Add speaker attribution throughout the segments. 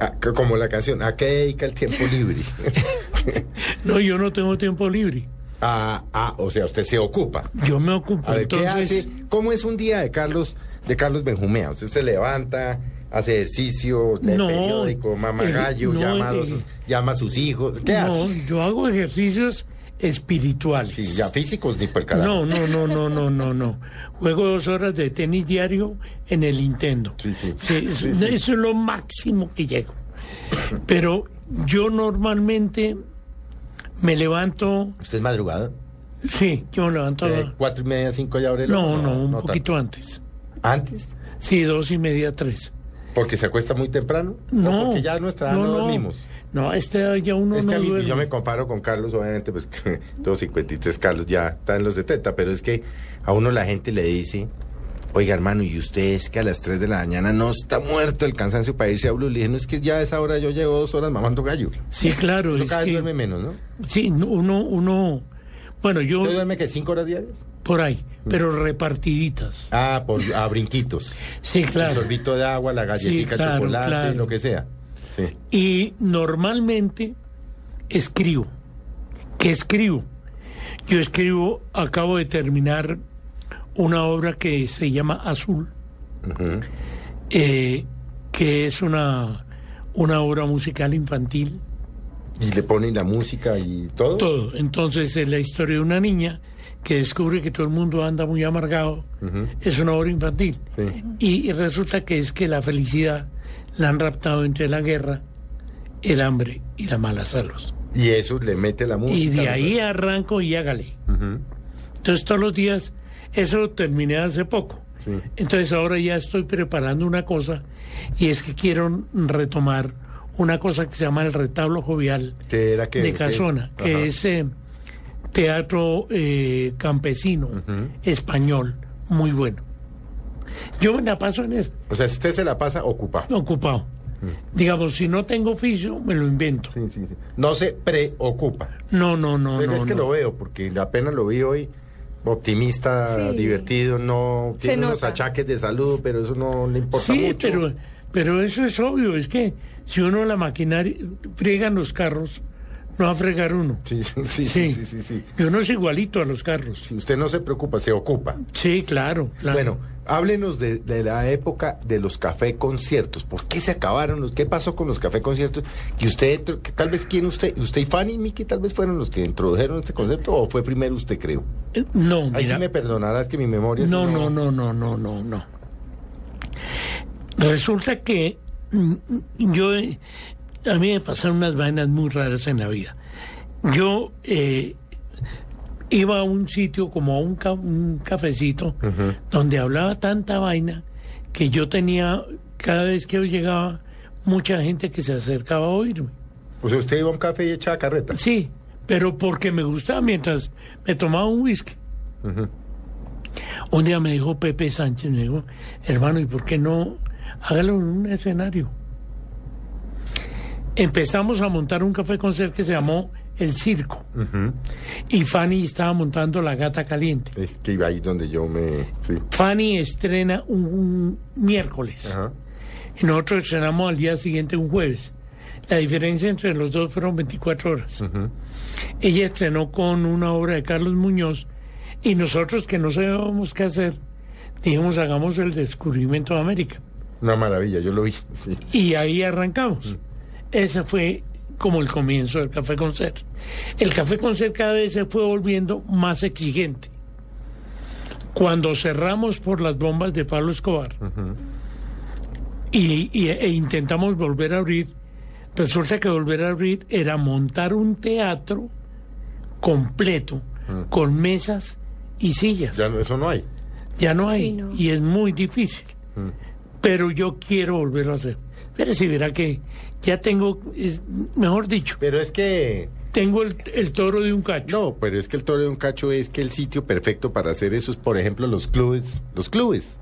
Speaker 1: Ah, que como la canción, ¿a qué dedica el tiempo libre?
Speaker 2: No, yo no tengo tiempo libre.
Speaker 1: ah, ah, o sea, usted se ocupa.
Speaker 2: Yo me ocupo.
Speaker 1: A ver, ¿qué
Speaker 2: entonces,
Speaker 1: hace? ¿Cómo es un día de Carlos, de Carlos Benjumea? Usted se levanta, hace ejercicio, lee
Speaker 2: No,
Speaker 1: periódico, mama
Speaker 2: el-
Speaker 1: gallo,
Speaker 2: no,
Speaker 1: llama, a los-
Speaker 2: el-
Speaker 1: llama a sus hijos. ¿Qué
Speaker 2: no,
Speaker 1: hace?
Speaker 2: yo hago ejercicios espirituales.
Speaker 1: Sí, ya físicos ni por carajo.
Speaker 2: no, no, no, no, no, no, no. Juego dos horas de tenis diario en el Nintendo.
Speaker 1: Sí, sí.
Speaker 2: es-
Speaker 1: Sí, sí.
Speaker 2: Eso es lo máximo que llego. Pero yo normalmente me levanto,
Speaker 1: ¿Usted es madrugador?
Speaker 2: sí, yo me levanto.
Speaker 1: ¿Qué? ¿Cuatro y media, cinco ya abre el
Speaker 2: No,
Speaker 1: ojo?
Speaker 2: no, un
Speaker 1: tanto.
Speaker 2: poquito antes.
Speaker 1: ¿Antes?
Speaker 2: Sí, dos y media, tres.
Speaker 1: ¿Porque se acuesta muy temprano? ¿O
Speaker 2: No,
Speaker 1: porque ya a nuestra edad no, dormimos.
Speaker 2: No, a esta edad ya uno
Speaker 1: es
Speaker 2: no
Speaker 1: que a mí,
Speaker 2: duerme.
Speaker 1: yo me comparo con Carlos, obviamente, pues que tengo 53, Carlos ya está en los 70, pero es que a uno la gente le dice, oiga hermano, ¿y usted es que a las 3 de la mañana no está muerto el cansancio para irse a Blue? Le dije, no, es que ya a esa hora yo llevo dos horas mamando gallo.
Speaker 2: Sí, claro.
Speaker 1: Uno
Speaker 2: es
Speaker 1: cada vez
Speaker 2: que-
Speaker 1: duerme menos, ¿no?
Speaker 2: Sí, no, uno, uno, bueno, yo
Speaker 1: ¿Usted duerme que cinco horas diarias?
Speaker 2: por ahí, pero repartiditas.
Speaker 1: Ah, por, a brinquitos.
Speaker 2: Sí,
Speaker 1: El
Speaker 2: claro.
Speaker 1: sorbito de agua, la
Speaker 2: Sí,
Speaker 1: galletita,
Speaker 2: claro,
Speaker 1: chocolate,
Speaker 2: claro.
Speaker 1: lo que sea. Sí.
Speaker 2: Y normalmente escribo. ¿Qué escribo? Yo escribo, acabo de terminar una obra que se llama Azul,
Speaker 1: Ujú.
Speaker 2: eh, que es una, una obra musical infantil.
Speaker 1: Y le ponen la música y todo.
Speaker 2: Todo. Entonces es la historia de una niña que descubre que todo el mundo anda muy amargado.
Speaker 1: Ujú.
Speaker 2: Es una obra infantil.
Speaker 1: Sí.
Speaker 2: Y, y resulta que es que la felicidad la han raptado entre la guerra, el hambre y la mala salud.
Speaker 1: Y eso le mete la música.
Speaker 2: Y de
Speaker 1: ¿no?
Speaker 2: ahí arranco y hágale.
Speaker 1: Ujú.
Speaker 2: Entonces todos los días, eso terminé hace poco.
Speaker 1: Sí.
Speaker 2: Entonces ahora ya estoy preparando una cosa y es que quiero retomar una cosa que se llama el retablo jovial
Speaker 1: que era que
Speaker 2: de Casona, que
Speaker 1: ajá.
Speaker 2: es eh, teatro eh, campesino
Speaker 1: Ujú.
Speaker 2: español, muy bueno. Yo me la paso en eso,
Speaker 1: o sea si usted se la pasa ocupa
Speaker 2: ocupado. Digamos, si no tengo oficio, me lo invento.
Speaker 1: Mm. Sí, sí, sí. no se preocupa
Speaker 2: No, no, no,
Speaker 1: Usted
Speaker 2: no.
Speaker 1: es que
Speaker 2: no.
Speaker 1: lo veo porque apenas lo vi hoy optimista
Speaker 3: Sí.
Speaker 1: divertido no
Speaker 3: Se
Speaker 1: tiene unos
Speaker 3: nota.
Speaker 1: achaques de salud pero eso no le importa
Speaker 2: sí,
Speaker 1: mucho
Speaker 2: pero, pero eso es obvio, es que si uno la maquinaria, friegan los carros, no va a fregar uno.
Speaker 1: sí sí sí sí sí, sí,
Speaker 2: Y uno es igualito a los carros.
Speaker 1: Si usted no se preocupa se ocupa
Speaker 2: Sí, claro, claro.
Speaker 1: bueno háblenos de, de la época de los café conciertos por qué se acabaron los qué pasó con los café conciertos que usted tro- que tal vez quién usted usted y Fanny y Miki tal vez fueron los que introdujeron este concepto o fue primero usted creo
Speaker 2: Eh, no,
Speaker 1: Ahí
Speaker 2: mira,
Speaker 1: sí me perdonarás que mi memoria...
Speaker 2: No,
Speaker 1: si
Speaker 2: no, no, no, no, no, no. Resulta que mm, yo, eh, a mí me pasaron unas vainas muy raras en la vida. Yo eh, iba a un sitio como a un, ca- un cafecito
Speaker 1: Ujú.
Speaker 2: donde hablaba tanta vaina que yo tenía, cada vez que yo llegaba, mucha gente que se acercaba a oírme.
Speaker 1: O sea, usted iba a un café y echaba carreta.
Speaker 2: Sí, pero porque me gustaba mientras me tomaba un whisky.
Speaker 1: Ujú.
Speaker 2: Un día me dijo Pepe Sánchez, me dijo, hermano, ¿y por qué no hágalo en un escenario? Empezamos a montar un café concert que se llamó El Circo
Speaker 1: Ujú.
Speaker 2: y Fanny estaba montando La Gata Caliente.
Speaker 1: Es que iba ahí donde yo me... Sí.
Speaker 2: Fanny estrena un, un miércoles
Speaker 1: Ajá.
Speaker 2: y nosotros estrenamos al día siguiente un jueves. La diferencia entre los dos fueron 24 horas.
Speaker 1: Ujú.
Speaker 2: Ella estrenó con una obra de Carlos Muñoz y nosotros que no sabíamos qué hacer, dijimos hagamos el descubrimiento de América.
Speaker 1: Una maravilla, yo lo vi. Sí.
Speaker 2: Y ahí arrancamos. Ese fue como el comienzo del Café Concert. El Café Concert cada vez se fue volviendo más exigente. Cuando cerramos por las bombas de Pablo Escobar
Speaker 1: Ujú.
Speaker 2: y, y- e intentamos volver a abrir, resulta que volver a abrir era montar un teatro completo
Speaker 1: Mm.
Speaker 2: con mesas y sillas.
Speaker 1: Ya no- eso no hay.
Speaker 2: Ya no hay.
Speaker 3: Sí, no.
Speaker 2: Y es muy difícil.
Speaker 1: Mm.
Speaker 2: Pero yo quiero volverlo a hacer. Pero si verá que ya tengo, es- mejor dicho,
Speaker 1: Pero es que...
Speaker 2: tengo el, el toro de un cacho.
Speaker 1: No, pero es que el toro de un cacho es que el sitio perfecto para hacer eso es, por ejemplo, los clubes. Los clubes.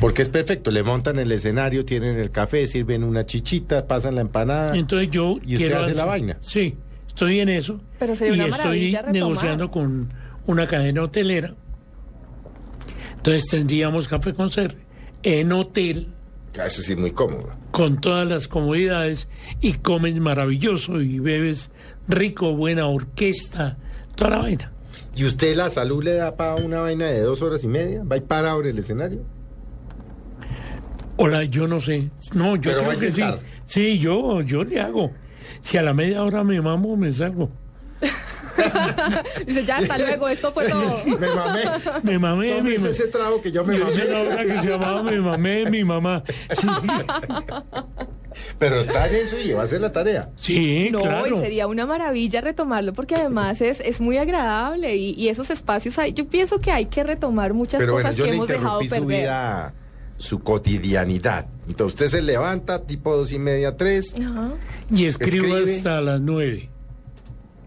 Speaker 1: Porque es perfecto. Le montan el escenario, tienen el café, sirven una chichita, pasan la empanada.
Speaker 2: Entonces yo
Speaker 1: ¿Y usted
Speaker 2: quiero
Speaker 1: hace la
Speaker 2: hacer-
Speaker 1: vaina?
Speaker 2: Sí, estoy en eso.
Speaker 3: Pero sería
Speaker 2: y
Speaker 3: una
Speaker 2: estoy
Speaker 3: maravilla retomar.
Speaker 2: negociando con una cadena hotelera. Entonces tendríamos café concert en hotel
Speaker 1: Eso sí, muy cómodo.
Speaker 2: con todas las comodidades y comes maravilloso y bebes rico, buena orquesta, toda la vaina.
Speaker 1: ¿Y usted la salud le da para una vaina de dos horas y media? ¿Va y para ahora el escenario?
Speaker 2: Hola, yo no sé. No, yo
Speaker 1: Pero va a
Speaker 2: creo que sí.
Speaker 1: intentar.
Speaker 2: Sí, yo, yo le hago. Si a la media hora me mamo, me salgo.
Speaker 3: Dice, ya, hasta luego, esto fue todo.
Speaker 1: Me mamé.
Speaker 2: Me mamé, me
Speaker 1: Tómese
Speaker 2: mamé.
Speaker 1: ese trago que yo me
Speaker 2: Yo hice una
Speaker 1: mamé.
Speaker 2: obra que se llamaba Me mamé, mi mamá. Sí,
Speaker 1: Pero está en eso y va a hacer la tarea.
Speaker 2: sí,
Speaker 3: No,
Speaker 2: claro.
Speaker 3: y sería una maravilla retomarlo porque además es, es muy agradable y, y esos espacios hay. Yo pienso que hay que retomar muchas
Speaker 1: Pero bueno,
Speaker 3: cosas
Speaker 1: yo
Speaker 3: que
Speaker 1: le
Speaker 3: hemos dejado
Speaker 1: interrumpí
Speaker 3: perder.
Speaker 1: su vida, su cotidianidad. Entonces usted se levanta tipo dos y media, tres,
Speaker 3: Ajá.
Speaker 2: Y escribo
Speaker 1: Escribe.
Speaker 2: hasta las nueve.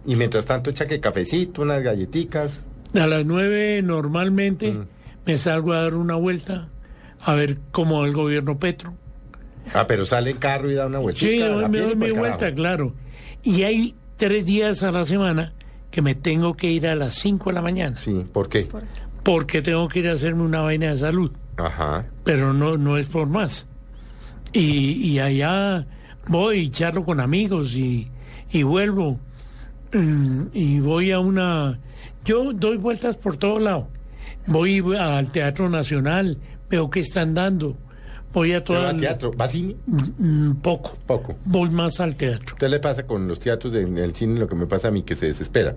Speaker 1: y mientras tanto echa que cafecito, unas galletitas.
Speaker 2: A las nueve normalmente
Speaker 1: Mm.
Speaker 2: me salgo a dar una vuelta a ver cómo va el gobierno Petro.
Speaker 1: Ah, pero sale en carro y da una vueltita.
Speaker 2: Sí,
Speaker 1: a la
Speaker 2: doy- me
Speaker 1: piel y
Speaker 2: doy
Speaker 1: pa'l
Speaker 2: mi
Speaker 1: carajo.
Speaker 2: vuelta, claro. Y hay tres días a la semana que me tengo que ir a las 5 de la mañana,
Speaker 1: Sí, ¿por qué?
Speaker 3: Por-
Speaker 2: porque tengo que ir a hacerme una vaina de salud,
Speaker 1: Ajá.
Speaker 2: pero no, no es por más. Y, y allá voy y charlo con amigos y, y vuelvo. Mm, Y voy a una... Yo doy vueltas por todo lado. Voy al Teatro Nacional, veo qué están dando. Voy a
Speaker 1: ¿Usted va
Speaker 2: todo...
Speaker 1: al teatro? ¿Va a cine?
Speaker 2: Poco.
Speaker 1: Poco.
Speaker 2: Voy más al teatro.
Speaker 1: ¿Usted le pasa con los teatros de- en el cine lo que me pasa a mí que se desespera?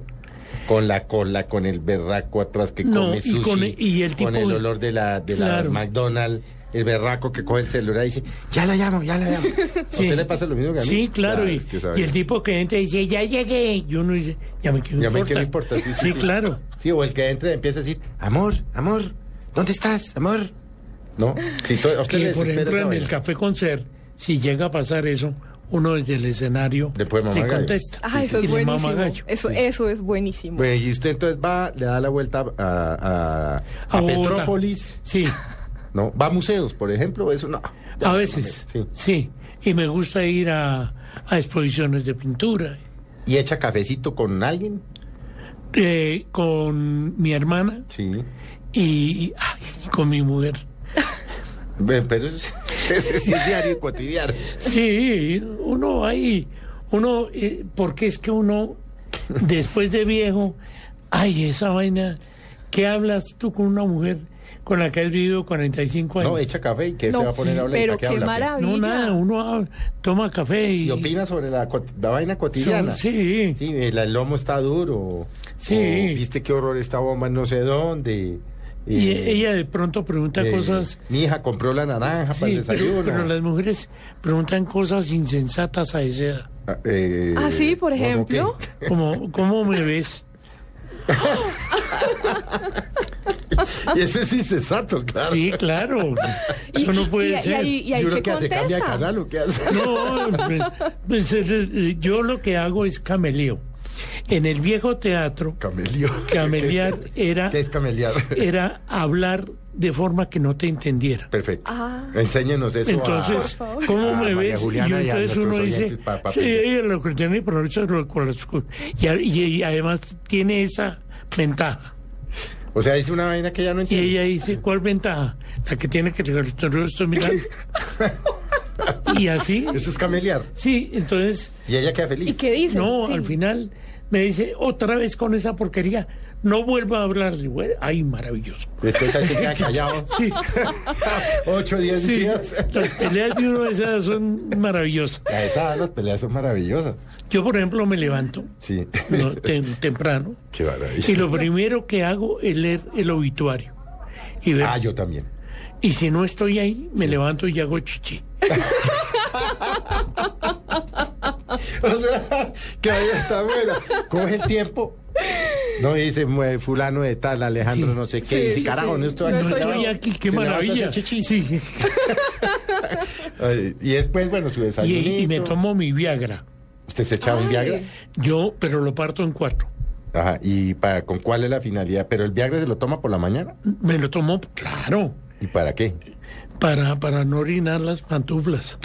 Speaker 1: Con la cola, con el berraco atrás que
Speaker 2: No,
Speaker 1: come
Speaker 2: y
Speaker 1: sushi,
Speaker 2: con el- y el tipo
Speaker 1: con el
Speaker 2: de-
Speaker 1: olor de la, de la
Speaker 2: Claro.
Speaker 1: McDonald's, el berraco que coge el celular y dice, ya la llamo, ya la llamo. ¿A
Speaker 2: Sí.
Speaker 1: usted le pasa lo mismo que a mí?
Speaker 2: Sí, claro.
Speaker 1: Ah,
Speaker 2: y,
Speaker 1: es que esa
Speaker 2: y el
Speaker 1: vaina.
Speaker 2: tipo que entra y dice, ya llegué. Y uno dice, ya me quedo
Speaker 1: Ya me qué me importa, sí, sí, sí.
Speaker 2: claro.
Speaker 1: Sí, o el que entra y empieza a decir, amor, amor, ¿dónde estás, amor? ¿No? Sí, todo, a usted
Speaker 2: Que,
Speaker 1: le
Speaker 2: por
Speaker 1: desespera
Speaker 2: ejemplo,
Speaker 1: esa
Speaker 2: en el
Speaker 1: vaina.
Speaker 2: café concert, si llega a pasar eso, uno desde el escenario
Speaker 1: Le puede mamar gallo.
Speaker 2: contesta.
Speaker 3: Ah, eso
Speaker 2: Y
Speaker 3: es
Speaker 2: le mama
Speaker 3: buenísimo.
Speaker 2: gallo.
Speaker 3: Eso, eso es buenísimo.
Speaker 1: Bueno, y usted entonces va, le da la vuelta a, a, a
Speaker 2: A Bogotá.
Speaker 1: Petrópolis,
Speaker 2: Sí,
Speaker 1: ¿no? Va a museos, por ejemplo, eso no. Ya,
Speaker 2: a
Speaker 1: no
Speaker 2: veces.
Speaker 1: mames, Sí.
Speaker 2: Sí. Y me gusta ir a, a exposiciones de pintura.
Speaker 1: ¿Y echa cafecito con alguien?
Speaker 2: Eh, con mi hermana
Speaker 1: Sí.
Speaker 2: y ay, con mi mujer.
Speaker 1: Ve, Pero eso es- ese sí es diario y cotidiano.
Speaker 2: Sí, uno ahí, uno, eh, porque es que uno, después de viejo, ay, esa vaina, ¿qué hablas tú con una mujer con la que has vivido 45 años?
Speaker 1: No, echa café y que
Speaker 3: No,
Speaker 1: se va a poner
Speaker 3: sí,
Speaker 1: a hablar.
Speaker 3: pero
Speaker 1: ¿Para
Speaker 3: qué
Speaker 1: habla?
Speaker 3: maravilla.
Speaker 2: No, nada, uno hab- toma café y...
Speaker 1: ¿Y opina sobre la, cot- la vaina cotidiana?
Speaker 2: Sí,
Speaker 1: Sí, el, el lomo está duro.
Speaker 2: Sí.
Speaker 1: O, Viste qué horror esta bomba en no sé dónde.
Speaker 2: y
Speaker 1: Eh,
Speaker 2: ella de pronto pregunta
Speaker 1: eh,
Speaker 2: cosas...
Speaker 1: Mi hija compró la naranja para el
Speaker 2: Sí,
Speaker 1: desayuno.
Speaker 2: pero, pero las mujeres preguntan cosas insensatas a esa edad.
Speaker 1: Ah, eh,
Speaker 3: Ah, sí, por
Speaker 1: ¿cómo
Speaker 3: ejemplo.
Speaker 1: qué?
Speaker 2: Como, ¿cómo me ves?
Speaker 1: Y eso es insensato, claro.
Speaker 2: Sí, claro.
Speaker 3: Y-
Speaker 2: Eso no
Speaker 3: y-
Speaker 2: puede
Speaker 3: y,
Speaker 2: ser.
Speaker 3: Y ahí, y ahí
Speaker 1: ¿Y uno
Speaker 3: que
Speaker 1: qué hace? ¿Cambia de
Speaker 3: contesta.
Speaker 1: canal o qué hace?
Speaker 2: No, pues, pues, es- es- yo lo que hago es cameleo. En el viejo teatro,
Speaker 1: Camelio.
Speaker 2: camelear era,
Speaker 1: ¿Qué es camelear?
Speaker 2: era hablar de forma que no te entendiera.
Speaker 1: Perfecto.
Speaker 3: Ah.
Speaker 1: Enséñenos eso. a-
Speaker 2: Entonces,
Speaker 3: Por favor.
Speaker 2: ¿cómo
Speaker 1: Ah,
Speaker 2: me
Speaker 1: María
Speaker 2: ves? Y
Speaker 1: Juliana y a
Speaker 2: entonces
Speaker 1: nuestros
Speaker 2: uno dice,
Speaker 1: oyentes, pa- pa-
Speaker 2: sí, ella lo que tiene, pero eso es lo que lo escu- y, a- y- y además tiene esa ventaja.
Speaker 1: o sea, dice una vaina que ya no
Speaker 2: Y
Speaker 1: entiende.
Speaker 2: ella dice, ¿cuál ventaja? La que tiene que yo estoy mirando. Y así,
Speaker 1: Eso es camelear.
Speaker 2: sí, entonces...
Speaker 1: Y ella queda feliz.
Speaker 3: ¿Y qué dice?
Speaker 2: No,
Speaker 3: Sí.
Speaker 2: al final me dice otra vez con esa porquería, no vuelva a hablar. Y bueno, Ay, maravilloso.
Speaker 1: Después ahí se queda callado.
Speaker 2: Sí,
Speaker 1: Ocho, diez
Speaker 2: sí.
Speaker 1: días.
Speaker 2: Las peleas de uno de esas son maravillosas.
Speaker 1: A esa edad las peleas son maravillosas.
Speaker 2: Yo, por ejemplo, me levanto
Speaker 1: Sí.
Speaker 2: no, tem- temprano
Speaker 1: Qué
Speaker 2: y
Speaker 1: maravilla.
Speaker 2: lo primero que hago es leer el obituario. Y, ver,
Speaker 1: Ah, yo también.
Speaker 2: y si no estoy ahí, me levanto y hago chichi.
Speaker 1: O sea, que ahí está buena. Coge el tiempo. No y dice mue- fulano de tal, Alejandro
Speaker 2: Sí.
Speaker 1: no sé qué.
Speaker 3: Sí,
Speaker 1: dice,
Speaker 3: sí,
Speaker 1: carajo,
Speaker 3: sí.
Speaker 1: no estoy
Speaker 3: No
Speaker 1: aquí.
Speaker 3: soy yo.
Speaker 2: Estoy aquí, qué
Speaker 1: Se levanta a hacer
Speaker 2: maravilla.
Speaker 1: chichi.
Speaker 2: Sí.
Speaker 1: Ay, Y después, bueno, su
Speaker 2: Y,
Speaker 1: desayuno.
Speaker 2: y me tomo mi Viagra.
Speaker 1: ¿Usted se echaba un
Speaker 3: Ay.
Speaker 1: Viagra?
Speaker 2: Yo, pero lo parto en cuatro.
Speaker 1: Ajá. ¿Y para, con cuál es la finalidad? ¿Pero el Viagra se lo toma por la mañana?
Speaker 2: Me lo tomo, claro.
Speaker 1: ¿Y para qué?
Speaker 2: Para, para no orinar las pantuflas.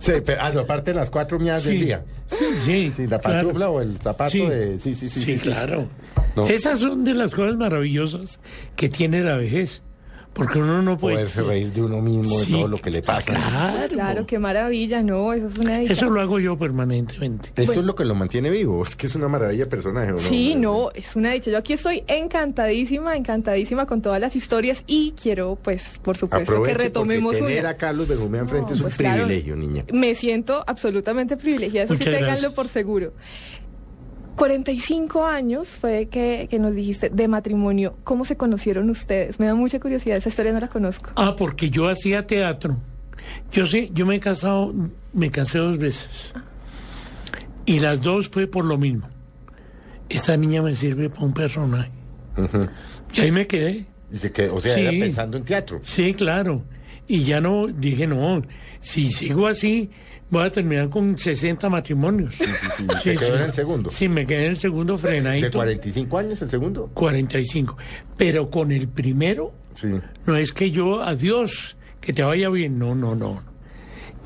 Speaker 1: Sí, pero, ah, no, aparte de las cuatro mías del día.
Speaker 2: Sí, sí.
Speaker 1: Sí, la
Speaker 2: claro.
Speaker 1: pantufla o el zapato
Speaker 2: Sí.
Speaker 1: de... Sí, sí, sí.
Speaker 2: Sí, claro.
Speaker 1: No.
Speaker 2: Esas son de las cosas maravillosas que tiene la vejez. porque uno no puede...
Speaker 1: Poderse reír de uno mismo, de
Speaker 2: Sí,
Speaker 1: todo lo que le pasa.
Speaker 2: Claro.
Speaker 3: ah, Pues Claro, qué maravilla, ¿no? Eso es una
Speaker 2: Eso
Speaker 3: dedicación.
Speaker 2: lo hago yo permanentemente.
Speaker 1: Eso
Speaker 3: Bueno.
Speaker 1: es lo que lo mantiene vivo, es que es una maravilla de personaje. ¿o no?
Speaker 3: Sí, no, es una dicha. Yo aquí estoy encantadísima, encantadísima con todas las historias y quiero, pues, por supuesto,
Speaker 1: Aproveche
Speaker 3: que retomemos
Speaker 1: porque tener
Speaker 3: una.
Speaker 1: a Carlos Benjumea enfrente
Speaker 3: No,
Speaker 1: es un
Speaker 3: pues claro.
Speaker 1: privilegio, niña.
Speaker 3: Me siento absolutamente privilegiada, eso sí,
Speaker 2: Muchas
Speaker 3: ténganlo
Speaker 2: gracias.
Speaker 3: por seguro. 45 años fue que, que nos dijiste de matrimonio. ¿Cómo se conocieron ustedes? Me da mucha curiosidad, esa historia no la conozco.
Speaker 2: Ah, porque yo hacía teatro. Yo sí, yo me he casado, me casé dos veces. Y las dos fue por lo mismo. Esta niña me sirve para un personaje.
Speaker 1: Ujú.
Speaker 2: Y ahí me quedé.
Speaker 1: Dice que, o sea,
Speaker 2: Sí.
Speaker 1: era pensando en teatro.
Speaker 2: Sí, claro. Y ya no, dije, no, si sigo así, voy a terminar con 60 matrimonios.
Speaker 1: sí, se quedó en el segundo.
Speaker 2: Sí, me quedé en el segundo
Speaker 1: De
Speaker 2: frenadito.
Speaker 1: 45 años el segundo.
Speaker 2: 45. Pero con el primero,
Speaker 1: Sí.
Speaker 2: no es que yo, adiós, que te vaya bien. No, no, no.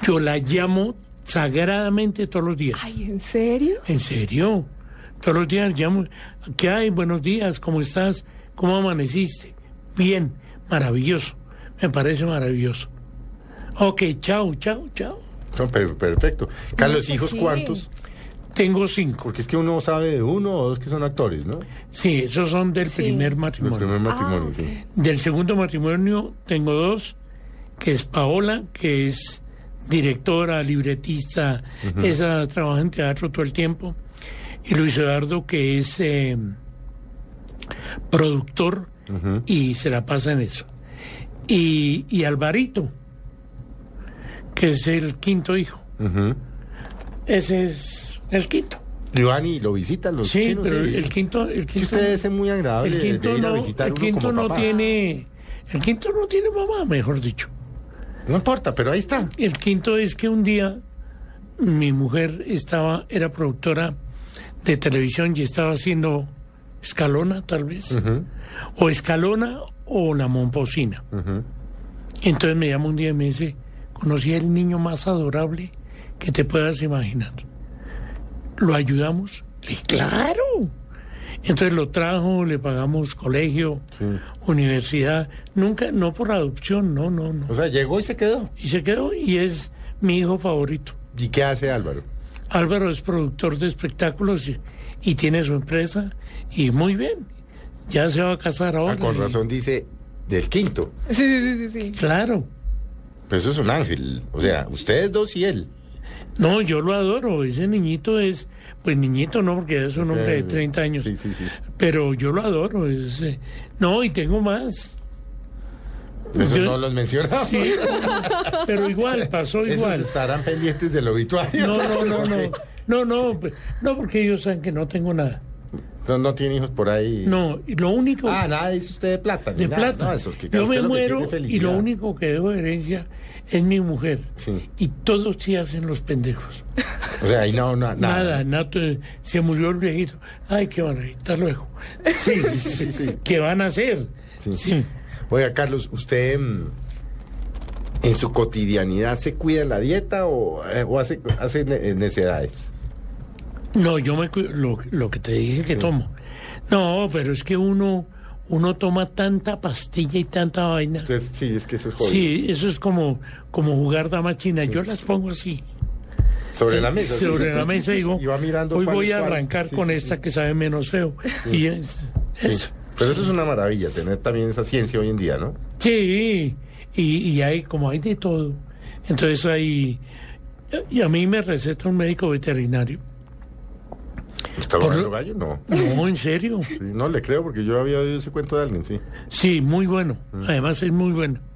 Speaker 2: Yo la llamo sagradamente todos los días.
Speaker 3: Ay, ¿en serio?
Speaker 2: ¿En serio? Todos los días llamo. ¿Qué hay? Buenos días, ¿cómo estás? ¿Cómo amaneciste? Bien, maravilloso. Me parece maravilloso. Ok, chao, chao, chao.
Speaker 1: No, pero perfecto. Carlos,
Speaker 3: pues
Speaker 1: ¿hijos
Speaker 3: sí.
Speaker 1: cuántos?
Speaker 2: Tengo cinco.
Speaker 1: Porque es que uno sabe de uno o dos que son actores, ¿no?
Speaker 2: Sí, esos son del
Speaker 3: Sí.
Speaker 2: primer
Speaker 1: El
Speaker 2: matrimonio.
Speaker 3: Ah,
Speaker 1: primer matrimonio,
Speaker 3: ok.
Speaker 1: sí.
Speaker 2: Del segundo matrimonio tengo dos, que es Paola, que es directora, libretista, esa trabaja en teatro todo el tiempo, y Luis Eduardo, que es eh, productor
Speaker 1: Ujú.
Speaker 2: y se la pasa en eso. Y, y Alvarito, que es el quinto hijo,
Speaker 1: Ujú.
Speaker 2: ese es el quinto.
Speaker 1: Giovanni, ¿lo visitan los
Speaker 2: sí,
Speaker 1: chinos?
Speaker 2: pero
Speaker 1: Sí.
Speaker 2: el quinto... El
Speaker 1: Que
Speaker 2: quinto
Speaker 1: ustedes es muy agradable
Speaker 2: el
Speaker 1: de-
Speaker 2: quinto
Speaker 1: de ir a
Speaker 2: no,
Speaker 1: visitar
Speaker 2: el
Speaker 1: uno
Speaker 2: quinto
Speaker 1: como
Speaker 2: no
Speaker 1: papá.
Speaker 2: tiene el quinto no tiene mamá mejor dicho
Speaker 1: No importa, pero ahí está.
Speaker 2: el quinto es que un día mi mujer estaba era productora de televisión y estaba haciendo escalona tal vez
Speaker 1: Ujú,
Speaker 2: o escalona o la momposina
Speaker 1: ujú.
Speaker 2: entonces me llama un día y me dice conocí el niño más adorable que te puedas imaginar lo ayudamos le dije claro entonces lo trajo le pagamos colegio
Speaker 1: Sí.
Speaker 2: universidad, nunca, no por adopción, no, no, no.
Speaker 1: O sea, llegó y se quedó.
Speaker 2: Y se quedó y es mi hijo favorito.
Speaker 1: ¿Y qué hace Álvaro?
Speaker 2: Álvaro es productor de espectáculos y, y tiene su empresa y muy bien. Ya se va a casar ahora.
Speaker 1: Ah, con
Speaker 2: y-
Speaker 1: razón dice del quinto.
Speaker 3: Sí, sí, sí, sí. sí.
Speaker 2: Claro.
Speaker 1: Pero eso es un ángel. O sea, ustedes dos y él.
Speaker 2: No, yo lo adoro. Ese niñito es, pues niñito no, porque es un hombre de 30 años.
Speaker 1: Sí, sí, sí.
Speaker 2: Pero yo lo adoro. es, eh, no, y tengo más.
Speaker 1: Eso
Speaker 2: Yo-
Speaker 1: no los mencionamos.
Speaker 2: Sí, pero igual, pasó
Speaker 1: Esos
Speaker 2: igual.
Speaker 1: estarán pendientes del obituario.
Speaker 2: No, no, no, no.
Speaker 1: Ok.
Speaker 2: No, no, pe- no, porque ellos saben que no tengo nada.
Speaker 1: No, no tiene hijos por ahí.
Speaker 2: No, y lo único
Speaker 1: Ah, nada, dice usted de plata. ni
Speaker 2: de
Speaker 1: nada.
Speaker 2: plata.
Speaker 1: No, eso es que
Speaker 2: Yo
Speaker 1: usted
Speaker 2: me
Speaker 1: lo que
Speaker 2: muero
Speaker 1: tiene es
Speaker 2: y lo
Speaker 1: felicidad.
Speaker 2: único que dejo de herencia es mi mujer.
Speaker 1: Sí.
Speaker 2: Y todos se hacen los pendejos.
Speaker 1: O sea, ahí no, no,
Speaker 2: Nada, nato, se murió el viejito. Ay, qué van a estar luego. Sí,
Speaker 1: Sí, sí.
Speaker 2: ¿Qué van a hacer?
Speaker 1: Sí.
Speaker 2: Sí.
Speaker 1: Oiga, Carlos, ¿usted mm, en su cotidianidad se cuida la dieta o, eh, o hace, hace ne- eh, necedades?
Speaker 2: No, yo me cuido, lo, lo que te dije que tomo. No, pero es que uno, uno toma tanta pastilla y tanta vaina.
Speaker 1: Entonces, sí, es que eso es jodido.
Speaker 2: Sí, eso es como, como jugar dama china. Yo las pongo así.
Speaker 1: Sobre la mesa. sí.
Speaker 2: eh, Sobre la mesa digo,
Speaker 1: Y va mirando
Speaker 2: hoy
Speaker 1: cuál
Speaker 2: voy
Speaker 1: es
Speaker 2: a
Speaker 1: cuál.
Speaker 2: arrancar
Speaker 1: Sí,
Speaker 2: con
Speaker 1: sí,
Speaker 2: esta
Speaker 1: sí.
Speaker 2: que sabe menos feo. Y es,
Speaker 1: Sí.
Speaker 2: eso.
Speaker 1: Pero eso es una maravilla, tener también esa ciencia hoy en día, ¿no?
Speaker 2: Sí, y, y hay como hay de todo. Entonces hay... Y a mí me receta un médico veterinario.
Speaker 1: ¿Está
Speaker 2: Por
Speaker 1: hablando
Speaker 2: lo-
Speaker 1: gallo? No.
Speaker 2: No, en serio.
Speaker 1: Sí, no le creo porque yo había oído ese cuento de alguien, sí. Mm.
Speaker 2: Sí, muy bueno. Además es muy bueno.